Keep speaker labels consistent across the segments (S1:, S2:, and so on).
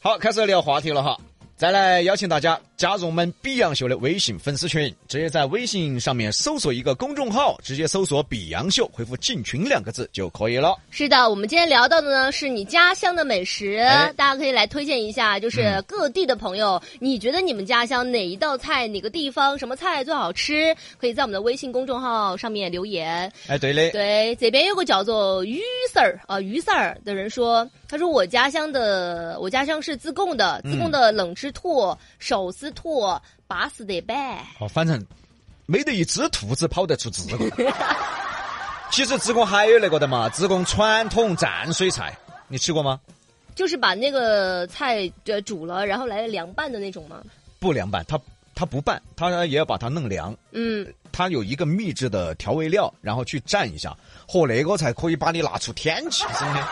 S1: 好，开始聊话题了哈。再来邀请大家加入我们 Beyond 秀的微信粉丝群，直接在微信上面搜索一个公众号，直接搜索“比洋秀”，回复“进群”两个字就可以了。
S2: 是的，我们今天聊到的呢是你家乡的美食，
S1: 哎嗯
S2: 大家可以来推荐一下，就是各地的朋友，你觉得你们家乡哪一道菜、哪个地方什么菜最好吃？可以在我们的微信公众号上面留言。
S1: 哎，对嘞，
S2: 对，这边有个叫做于 Sir 啊、于 Sir 的人说，他说我家乡的，我家乡是自贡的，
S1: 嗯
S2: 自贡的冷吃兔、手撕兔、拔丝得拜。
S1: 哦，反正没得一只兔子跑得出自贡。 其实自贡还有那个的嘛，自贡传统蘸水菜，你吃过吗？
S2: 就是把那个菜呃煮了，然后来凉拌的那种吗？
S1: 不凉拌，它它不拌，它也要把它弄凉。
S2: 嗯，
S1: 它有一个秘制的调味料，然后去蘸一下，和那个才可以把你拿出天际，真的。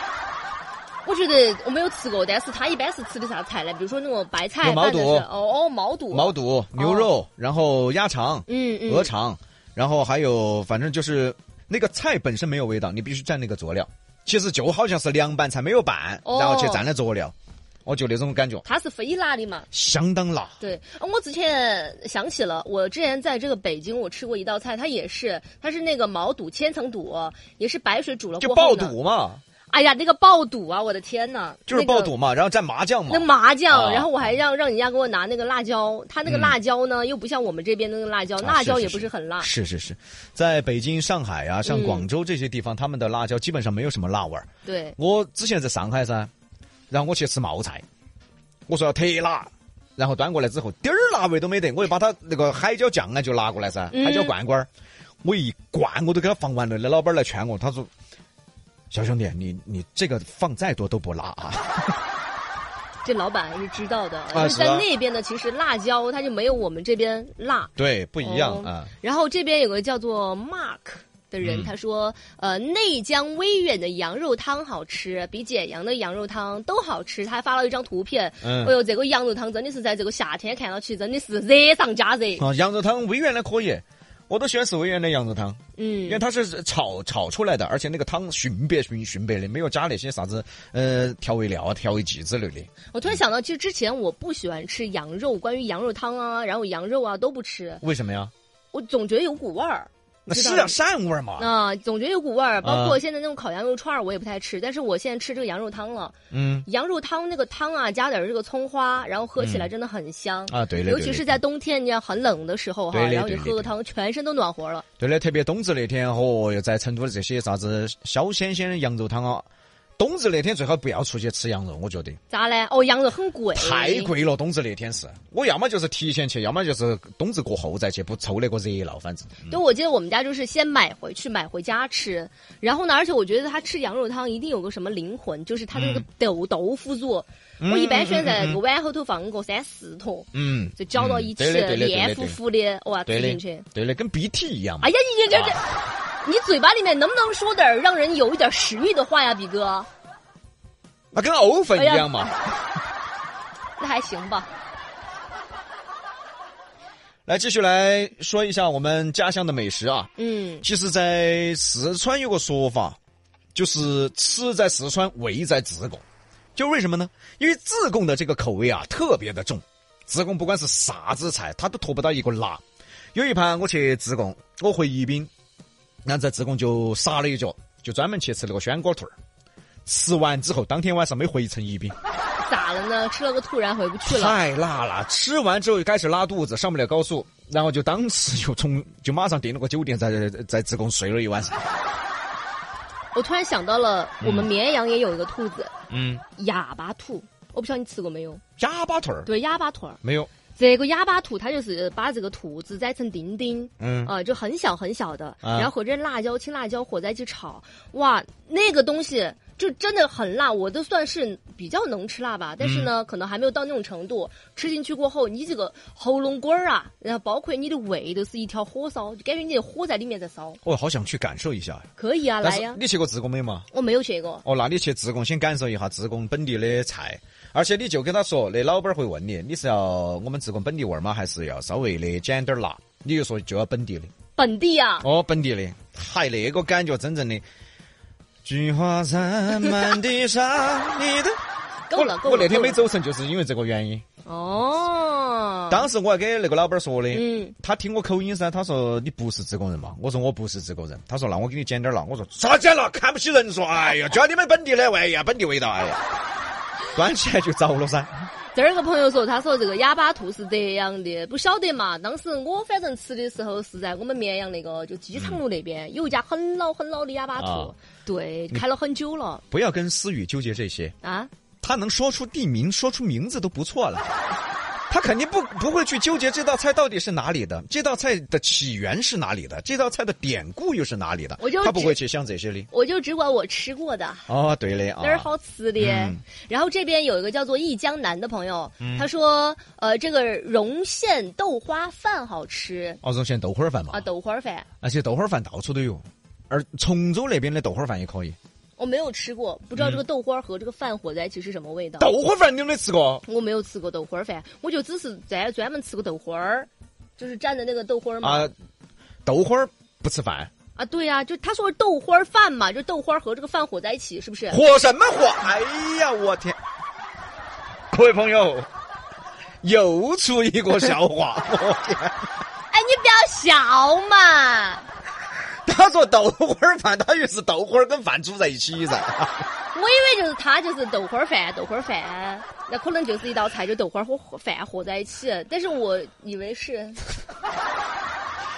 S2: 我觉得我没有吃过，但是他一般是吃的啥菜呢？比如说那种白菜
S1: 有毛
S2: 拌的
S1: 肚
S2: 是哦哦毛肚，
S1: 毛肚、牛肉，然后鸭肠、
S2: 嗯嗯，
S1: 鹅肠，然后还有反正就是那个菜本身没有味道，你必须蘸那个佐料。其实就好像是凉拌菜没有拌，
S2: 哦
S1: 然后去蘸了佐料，我就那种感觉
S2: 它是非辣的嘛。
S1: 相当辣。
S2: 对，啊我之前想起了，我之前在这个北京，我吃过一道菜，它也是，它是那个毛肚千层肚，也是白水煮了
S1: 就
S2: 过
S1: 爆
S2: 后呢。
S1: 肚嘛，
S2: 哎呀，那个爆肚啊，我的天呐，
S1: 就是
S2: 那
S1: 爆
S2: 个
S1: 肚嘛，然后蘸麻酱嘛
S2: 那。麻酱，
S1: 啊嗯
S2: 然后我还让让人家给我拿那个辣椒，他那个辣椒呢、又不像我们这边的那个辣椒，
S1: 啊
S2: 辣椒
S1: 是
S2: 也
S1: 是
S2: 不是很辣。
S1: 是是是，在北京、上海啊，像
S2: 嗯
S1: 广州这些地方，他们的辣椒基本上没有什么辣味儿。
S2: 对，
S1: 我之前在上海噻，然后我去吃冒菜，我说要特辣，然后端过来之后，点儿辣味都没得，我就把它那个海椒酱啊就拿过来噻，
S2: 嗯
S1: 海椒罐罐儿，我一灌我都给他放完了，那老板来劝我，他说：“小兄弟，你你这个放再多都不辣 啊。
S2: 这老板还是知道的，因
S1: 啊
S2: 为
S1: 是
S2: 在
S1: 啊
S2: 那边呢，其实辣椒它就没有我们这边辣”。
S1: 对，不一样
S2: 哦
S1: 啊、
S2: 然后这边有个叫做 Mark 的人，
S1: 嗯
S2: 他说，呃，内江威远的羊肉汤好吃，比简阳的羊肉汤都好吃。他还发了一张图片，
S1: 嗯
S2: 哎呦，这个羊肉汤真的是在这个夏天看上去真的是热上加热。
S1: 啊，羊肉汤威远的可以。我都喜欢吃威远的羊肉汤，因为
S2: 嗯，
S1: 它是炒炒出来的，而且那个汤纯白纯纯白的，没有加那些啥子呃调味料啊、调味剂之类的。
S2: 我突然想到，其实之前我不喜欢吃羊肉，关于羊肉汤啊，然后羊肉啊都不吃，
S1: 为什么呀？
S2: 我总觉得有股味儿。
S1: 那
S2: 知
S1: 是啊，
S2: 道了
S1: 膻味儿嘛。
S2: 啊、总觉得有股味儿，包括
S1: 啊
S2: 现在那种烤羊肉串儿，我也不太吃。但是我现在吃这个羊肉汤了，
S1: 嗯
S2: 羊肉汤那个汤啊，加点儿这个葱花，然后喝起来真的很香。
S1: 啊，对了，
S2: 尤其是在冬天，你要很冷的时候哈
S1: 对，嘞
S2: 然后你
S1: 对嘞
S2: 喝个汤，全身都暖和了。
S1: 对了，特别冬至那天，哦哟，在成都的这些啥子小鲜鲜的羊肉汤啊，冬至那天最好不要出去吃羊肉，我觉得
S2: 咋嘞？哦，羊肉很贵，
S1: 太。贵了。冬至那天是，我要么就是提前去，要么就是冬至过后再去，不凑那个热闹，反正。嗯
S2: 对，我记得我们家就是先买回去，买回家吃。然后呢，而且我觉得他吃羊肉汤一定有个什么灵魂，就是他的
S1: 嗯
S2: 那个豆豆腐做。我一般喜欢在那个碗口头放个三四坨，
S1: 嗯，
S2: 就搅到一起，
S1: 嗯对嘞对嘞
S2: 黏
S1: 对嘞
S2: 糊糊的，哇，吃
S1: 对
S2: 进
S1: 的
S2: 去。，
S1: 对的，跟 BT 一样嘛
S2: 哎。呀，你这这这，你嘴巴里面能不能说点儿让人有一点食欲的话呀，比哥？
S1: 啊，跟藕粉
S2: 哎呀
S1: 一样嘛。
S2: 那还行吧。
S1: 来，继续来说一下我们家乡的美食啊。
S2: 嗯，
S1: 其实，在四川有个说法，就是吃在四川，味在自贡。就为什么呢？因为自贡的这个口味啊，特别的重。自贡不管是啥子菜，它都脱不到一个辣。有一盘我去自贡，我回宜宾，然后在自贡就撒了一脚，就专门去吃那个宣锅兔儿。吃完之后，当天晚上没回成宜宾，
S2: 咋了呢？吃了个突然回不去了。
S1: 太辣了。吃完之后就开始拉肚子，上不了高速，然后就当时就从就马上订了个酒店，在在自贡睡了一晚上。
S2: 我突然想到了，我们绵阳也有一个兔子，
S1: 嗯，
S2: 哑巴兔。我不知道你吃过没有？
S1: 哑巴腿儿
S2: 对，哑巴兔儿。
S1: 没有，
S2: 这个哑巴兔，它就是把这个兔子宰成丁丁，
S1: 嗯，
S2: 啊、就很小很小的，
S1: 啊
S2: 然后和这辣椒、青辣椒和在一起炒，哇，那个东西就真的很辣，我都算是比较能吃辣吧，但
S1: 嗯
S2: 是呢，可能还没有到那种程度。吃进去过后，你这个喉咙根儿啊，然后包括你的胃都是一条火烧，就感觉你的火在里面在烧。
S1: 我哦好想去感受一下。
S2: 可以啊，
S1: 但
S2: 来
S1: 是
S2: 呀，
S1: 你去过自贡没嘛？
S2: 我没有学过。
S1: 哦，那你去自贡先感受一下自贡本地的菜，而且你就跟他说，那老板儿会问你，你是要我们自贡本地味儿吗？还是要稍微的减点儿辣？你就说就要本地的，
S2: 本地啊，
S1: 哦，本地的，嗨，那个 感觉真正的。菊花残满地伤，你的
S2: 够了，够了。
S1: 我那天没
S2: 够了
S1: 走成，就是因为这个原因。
S2: 哦，
S1: 当时我还给那个老板说的，
S2: 嗯
S1: 他听我口音噻，他说你不是自贡人嘛？我说我不是自贡人。他说那我给你减点儿辣。我说啥减辣？看不起人说，哎呀，就你们本地的，哎呀，本地味道，哎呀，端起来就糟了噻。
S2: 这儿个朋友说，他说这个哑巴兔是这样的，不晓得嘛。当时我反正吃的时候是在我们绵阳那个就机场路那边、有一家很老很老的哑巴兔，
S1: 啊
S2: 对，开了很久了
S1: 不要跟思雨纠结这些，
S2: 啊。
S1: 他能说出地名、说出名字都不错了。他肯定不不会去纠结这道菜到底是哪里的，这道菜的起源是哪里的，这道菜的典故又是哪里的，
S2: 我就
S1: 他不
S2: 只
S1: 会去想这些的。
S2: 我就只管我吃过的，
S1: 哦，对的啊，
S2: 哪儿好吃的。
S1: 嗯
S2: 然后这边有一个叫做忆江南的朋友，他说，呃，这个荣县豆花饭好吃
S1: 哦，荣县豆花儿饭嘛，
S2: 啊，豆花饭
S1: 而且豆花儿饭到处都有，而崇州那边的豆花儿饭也可以。
S2: 我没有吃过，不知道这
S1: 嗯
S2: 个豆花和这个饭混在一起是什么味道。
S1: 豆花儿饭你有没有吃过？
S2: 我没有吃过豆花儿饭，我就只是在专门吃过豆花儿，就是蘸的那个豆花儿嘛。
S1: 啊
S2: 啊，
S1: 豆花儿不吃饭，
S2: 对呀、就他说是豆花儿饭嘛，就豆花儿和这个饭混在一起，是不是？
S1: 火什么火？嗯哎呀，我天！ 各位朋友，又出一个笑话，我天！
S2: 哎，你不要笑嘛！
S1: 他说豆花儿饭，他以为是豆花儿跟饭煮在一起噻。
S2: 我以为就是他就是豆花儿饭，豆花儿饭，那可能就是一道菜，就豆花儿和和饭和在一起。但是我以为是，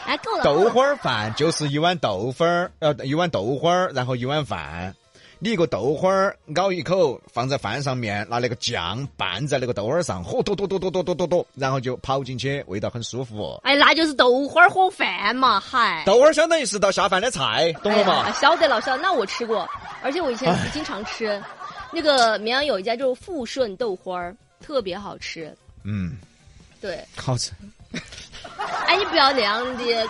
S2: 哎，够了，够
S1: 豆
S2: 了
S1: 花儿饭就是一碗豆粉儿，呃，一碗豆花儿，然后一碗饭。你一个豆花儿咬一口，放在饭上面，拿那个酱拌在那个豆花儿上，嚯剁剁剁剁剁剁剁剁，然后就泡进去，味道很舒服。
S2: 哎，那就是豆花儿和饭嘛，嗨。
S1: 豆花儿相当于是道下饭的菜，懂了
S2: 哎呀
S1: 吗？哎
S2: 晓得了，晓得。那我吃过，而且我以前经常吃。那个绵阳有一家就是富顺豆花儿，特别好吃。
S1: 嗯，
S2: 对，
S1: 好吃。
S2: 哎，你不要那样的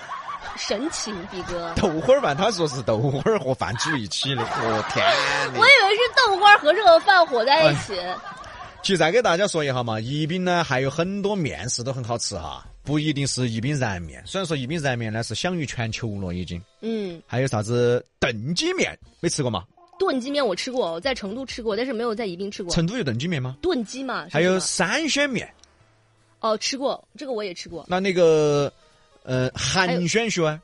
S2: 神情，毕哥。
S1: 豆花儿饭，他说是豆花儿和饭煮一起的，我、天哪！
S2: 我以为是豆花儿和这个饭和在一起。
S1: 哎其实再给大家说一下嘛，宜宾呢还有很多面食都很好吃哈，不一定是宜宾燃面，虽然说宜宾燃面呢是享誉全球了已经。
S2: 嗯，
S1: 还有啥子炖鸡面没吃过吗？
S2: 炖鸡面我吃过，我在成都吃过，但是没有在宜宾吃过。
S1: 成都有炖鸡面吗？
S2: 炖鸡嘛，是
S1: 还有
S2: 什么
S1: 三鲜面，
S2: 哦，吃过这个我也吃过。
S1: 那那个呃寒暄说啊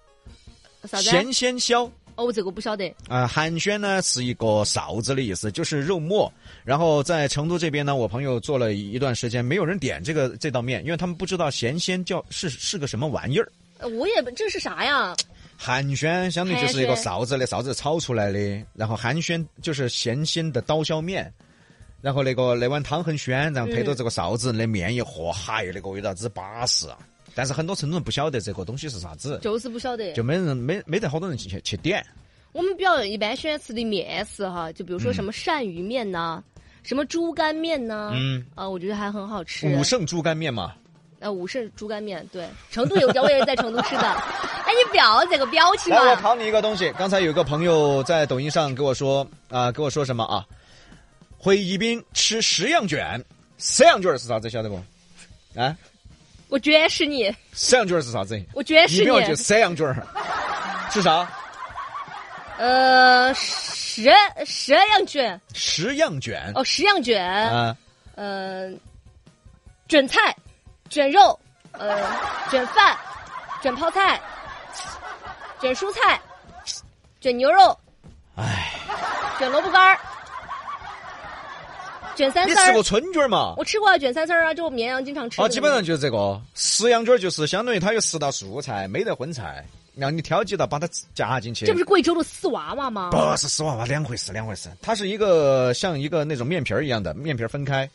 S2: 啥子啊？
S1: 咸鲜宵
S2: 哦，我这个不晓得。
S1: 啊，寒暄呢是一个臊子的意思，就是肉末。然后在成都这边呢，我朋友做了一段时间，没有人点这个这道面，因为他们不知道咸鲜叫是是个什么玩意儿。
S2: 呃我也不这是啥呀？
S1: 寒暄相当于就是一个
S2: 寒暄
S1: 臊子的臊子炒出来的，然后寒暄就是咸鲜的刀削面，然后那个那碗汤很鲜，然后配到这个臊子，那面一和，嗨，那个味道之巴适啊！但是很多成都人不晓得这个东西是啥子，
S2: 就是不晓得。
S1: 就没人没没得好多人去去去点。
S2: 我们比较一般喜欢吃的面食哈，就比
S1: 嗯
S2: 如说什么鳝鱼面呐、什么猪肝面呐、
S1: 嗯，
S2: 啊，我觉得还很好吃。
S1: 武胜猪肝面嘛，
S2: 呃，武胜猪肝面，对，成都有一家，我也是在成都 吃的。哎，你不要这个表情
S1: 来，哎我
S2: 嘛！
S1: 考你一个东西。刚才有个朋友在抖音上跟我说啊、跟我说什么啊？回宜宾吃十样卷，十样卷是啥子？晓得不？啊，
S2: 我绝食你，
S1: 十样卷是啥子？
S2: 我 绝
S1: 一
S2: 食
S1: 秒就
S2: 你。啊
S1: 三羊卷 儿，是啥？
S2: 呃，十十样卷
S1: 十样卷
S2: 哦，十样卷，
S1: 啊！
S2: 呃，卷菜、卷肉、呃，卷饭、卷泡菜、卷蔬菜、卷牛肉、
S1: 哎，
S2: 卷萝卜干儿，卷三
S1: 你
S2: 丝
S1: 吃
S2: 儿
S1: 过。春卷嘛？
S2: 我吃过啊卷三丝儿啊，就绵阳经常吃的那
S1: 啊，
S2: 个。
S1: 基本上就是这个十样卷，就是相当于它有十道素菜，没得荤菜，让你挑几道把它夹进去
S2: 这不。是贵州的丝娃娃吗？
S1: 不是丝娃娃，两回事，两回事。它是一个像一个那种面皮儿一样的，面皮儿分开，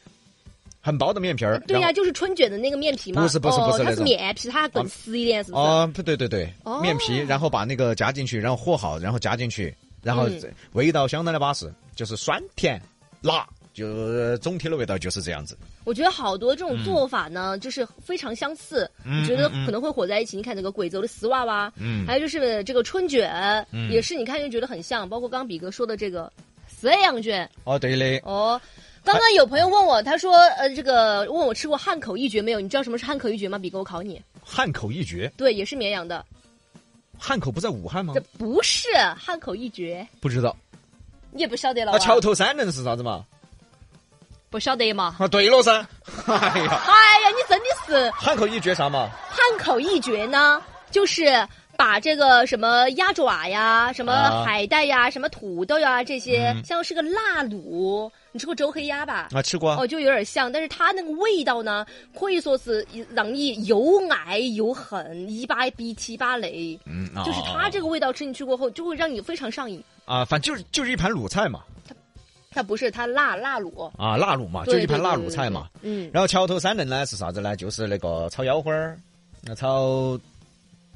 S1: 很薄的面皮儿。
S2: 嗯对呀、
S1: 然后
S2: 就是春卷的那个面皮嘛。
S1: 不是不是不是
S2: 哦它
S1: 那
S2: 是
S1: 种
S2: 面皮，它还更丝一点，是不是？
S1: 啊，不对对对
S2: 哦，
S1: 面皮，然后把那个夹进去，然后和好，然后夹进去，然后
S2: 嗯
S1: 这味道相当的巴适，就是酸甜辣，就呃总体的味道就是这样子。
S2: 我觉得好多这种做法呢，就是非常相似，
S1: 嗯
S2: 我觉得
S1: 嗯嗯
S2: 可能会混在一起。你看这个贵州的丝娃娃，
S1: 嗯
S2: 还有就是这个春卷，也是你看就觉得很像，包括刚比哥说的这个四样卷
S1: 哦，对嘞，
S2: 哦。刚刚有朋友问我，他说：“呃，这个问我吃过汉口一绝没有？你知道什么是汉口一绝吗？”比哥，我考你。
S1: 汉口一绝，
S2: 对，也是绵阳的，
S1: 哦汉口不在武汉吗
S2: 这？不是汉口一绝，
S1: 不知道。啊
S2: 你也不晓得了、
S1: 那桥头三人是啥子嘛？
S2: 不不晓得嘛。
S1: 啊，对了噻。 哎呀，
S2: 哎呀，你真的是
S1: 汉口一绝啥嘛？
S2: 汉口一绝呢，就是把这个什么鸭爪呀、什么
S1: 啊
S2: 海带呀、什么土豆呀这些，
S1: 嗯
S2: 像是个腊卤。你吃过周黑鸭吧？
S1: 啊，吃过啊
S2: 哦，就有点像，但是它那个味道呢，可以说是让你又爱又恨，一把比七把雷。
S1: 嗯，啊
S2: 就是它这个味道吃进去过后，就会让你非常上瘾。
S1: 啊，反正就是就是一盘卤菜嘛，
S2: 它不是它辣辣卤，
S1: 啊，腊卤嘛，就
S2: 对
S1: 是一盘腊卤菜嘛。。
S2: 对对对对嗯，
S1: 然后桥头三人呢是啥子呢？就是那个炒腰花儿，那炒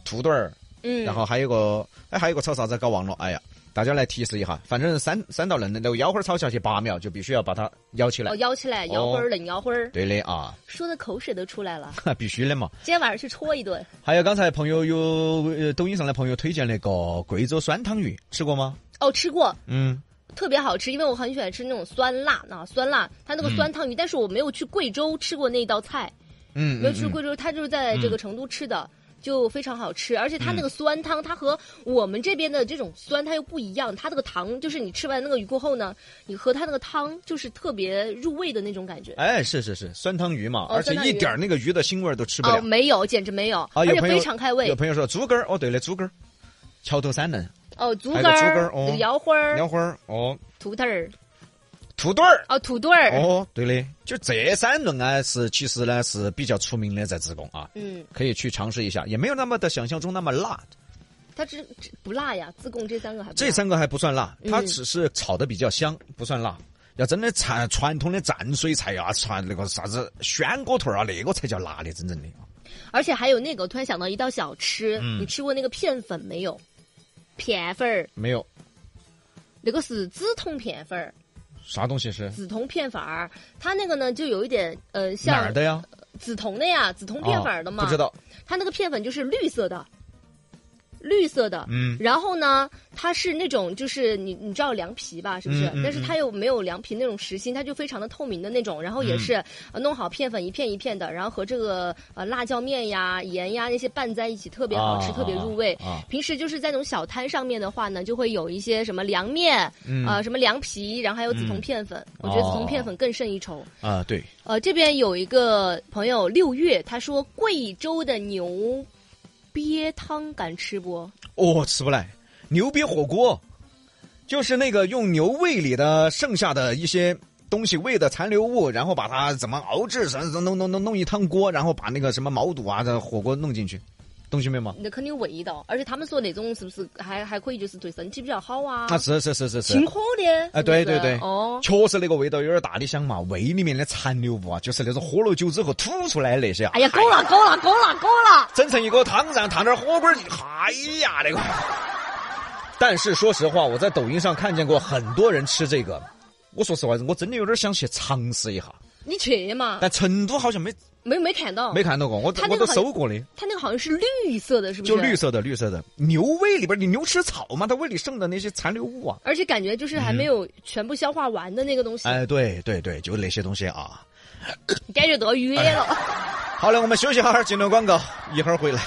S1: 兔肚儿，
S2: 嗯，
S1: 然后还有个哎还有个炒啥子搞忘了，哎呀。大家来提示一下，反正三三道嫩的那个腰花儿炒下去八秒，就必须要把它舀起来
S2: 哦，。摇起来，摇花儿，冷摇花儿，
S1: 对的啊，
S2: 说的口水都出来了。
S1: 必须的嘛。
S2: 今天晚上去戳一顿，
S1: 还有刚才朋友有呃抖音上的朋友推荐那个贵州酸汤鱼，吃过吗？
S2: 哦，吃过，
S1: 嗯，
S2: 特别好吃，因为我很喜欢吃那种酸辣啊，酸辣，它那个酸汤鱼，但是我没有去贵州吃过那道菜，
S1: 嗯，
S2: 没有去
S1: 嗯
S2: 贵州，它就是在这个成都吃的。就非常好吃，而且它那个酸汤，它和我们这边的这种酸它又不一样。它那个糖，就是你吃完那个鱼过后呢，你喝它那个汤，就是特别入味的那种感觉。
S1: 哎，是是是，酸汤鱼嘛，
S2: 哦
S1: 而且
S2: 酸汤鱼
S1: 一点儿那个鱼的腥味儿都吃不了
S2: 哦，。没有，简直没有，
S1: 啊，
S2: 而
S1: 有
S2: 且
S1: 朋友
S2: 非常开胃
S1: 有。朋友说猪肝儿，哦，对了，猪肝儿，桥头三嫩，
S2: 哦，竹
S1: 还有
S2: 竿
S1: 个竹竿儿
S2: 儿
S1: 哦、
S2: 摇花儿、
S1: 腰花儿，哦，
S2: 土豆儿、
S1: 兔肚儿，
S2: 哦土豆儿，
S1: 哦，对的，就这三轮啊，是其实呢是比较出名的在自贡啊，
S2: 嗯，
S1: 可以去尝试一下，也没有那么的想象中那么辣，
S2: 它这这不辣呀，自贡这三个还不
S1: 这
S2: 辣
S1: 三个还不算辣，它
S2: 嗯
S1: 只是炒的比较香，不算辣。要真的传传统的蘸水菜啊，传那个啥子轩锅腿儿啊，那个才叫辣的，真正的啊
S2: 而且还有那个，我突然想到一道小吃，
S1: 嗯
S2: 你吃过那个片粉没有？片粉儿，
S1: 没有
S2: 那个是紫铜片粉儿，
S1: 啥东西是
S2: 紫铜片粉儿，它那个呢就有一点呃
S1: 哪儿
S2: 像
S1: 的呀？
S2: 紫铜的呀，紫铜片粉儿的嘛、
S1: 哦不知，道，
S2: 它那个片粉就是绿色的，绿色的。
S1: 嗯，
S2: 然后呢，它是那种就是你你知道凉皮吧，是不是？
S1: 嗯嗯
S2: 但是它又没有凉皮那种实心，它就非常的透明的那种。然后
S1: 嗯
S2: 也是、呃弄好片粉一片一片的，然后和这个呃辣椒面呀、盐呀那些拌在一起，特别好吃，
S1: 啊
S2: 特别入味。
S1: 啊
S2: 平时就是在那种小摊上面的话呢，就会有一些什么凉面，
S1: 嗯
S2: 呃，什么凉皮，然后还有紫铜片粉。我觉得紫铜片粉更胜一筹。
S1: 啊，对，
S2: 呃，这边有一个朋友六月，他说贵州的牛瘪汤敢吃不？
S1: 哦，吃不来。牛瘪火锅，就是那个用牛胃里的剩下的一些东西胃的残留物，然后把它怎么熬制成弄弄弄弄一汤锅，然后把那个什么毛肚啊的火锅弄进去，东西没嘛？
S2: 那肯定味道，而且他们说那种是不是还还可以，就是对身体比较好啊，
S1: 啊，是是是是是
S2: 清。火的。
S1: 哎
S2: 是不是
S1: 对对对
S2: 哦，
S1: 确实，那个味道有点大。你想嘛，胃里面的残留物啊，就是那种喝了酒之后吐出来的那些啊。
S2: 哎呀，够了够了够了够了！
S1: 整成一锅汤，然后烫点火锅儿，哎呀，那个。 但是说实话，我在抖音上看见过很多人吃这个，我说实话，我真的有点想去尝试一下，
S2: 你去嘛，
S1: 但成都好像没
S2: 没没看到？
S1: 没看到过，我
S2: 哦它那
S1: 我都
S2: 个好
S1: 搜过的，
S2: 它那个好像是绿色的，是不是？
S1: 就绿色的绿色的牛胃里边，你牛吃草嘛，它胃里剩的那些残留物啊，
S2: 而且感觉就是还没有全部消化完的那个东西，
S1: 哎，对对对，就那些东西啊。
S2: 感觉都要噎了。
S1: 好了，我们休息一会儿，进入广告，一会儿回来。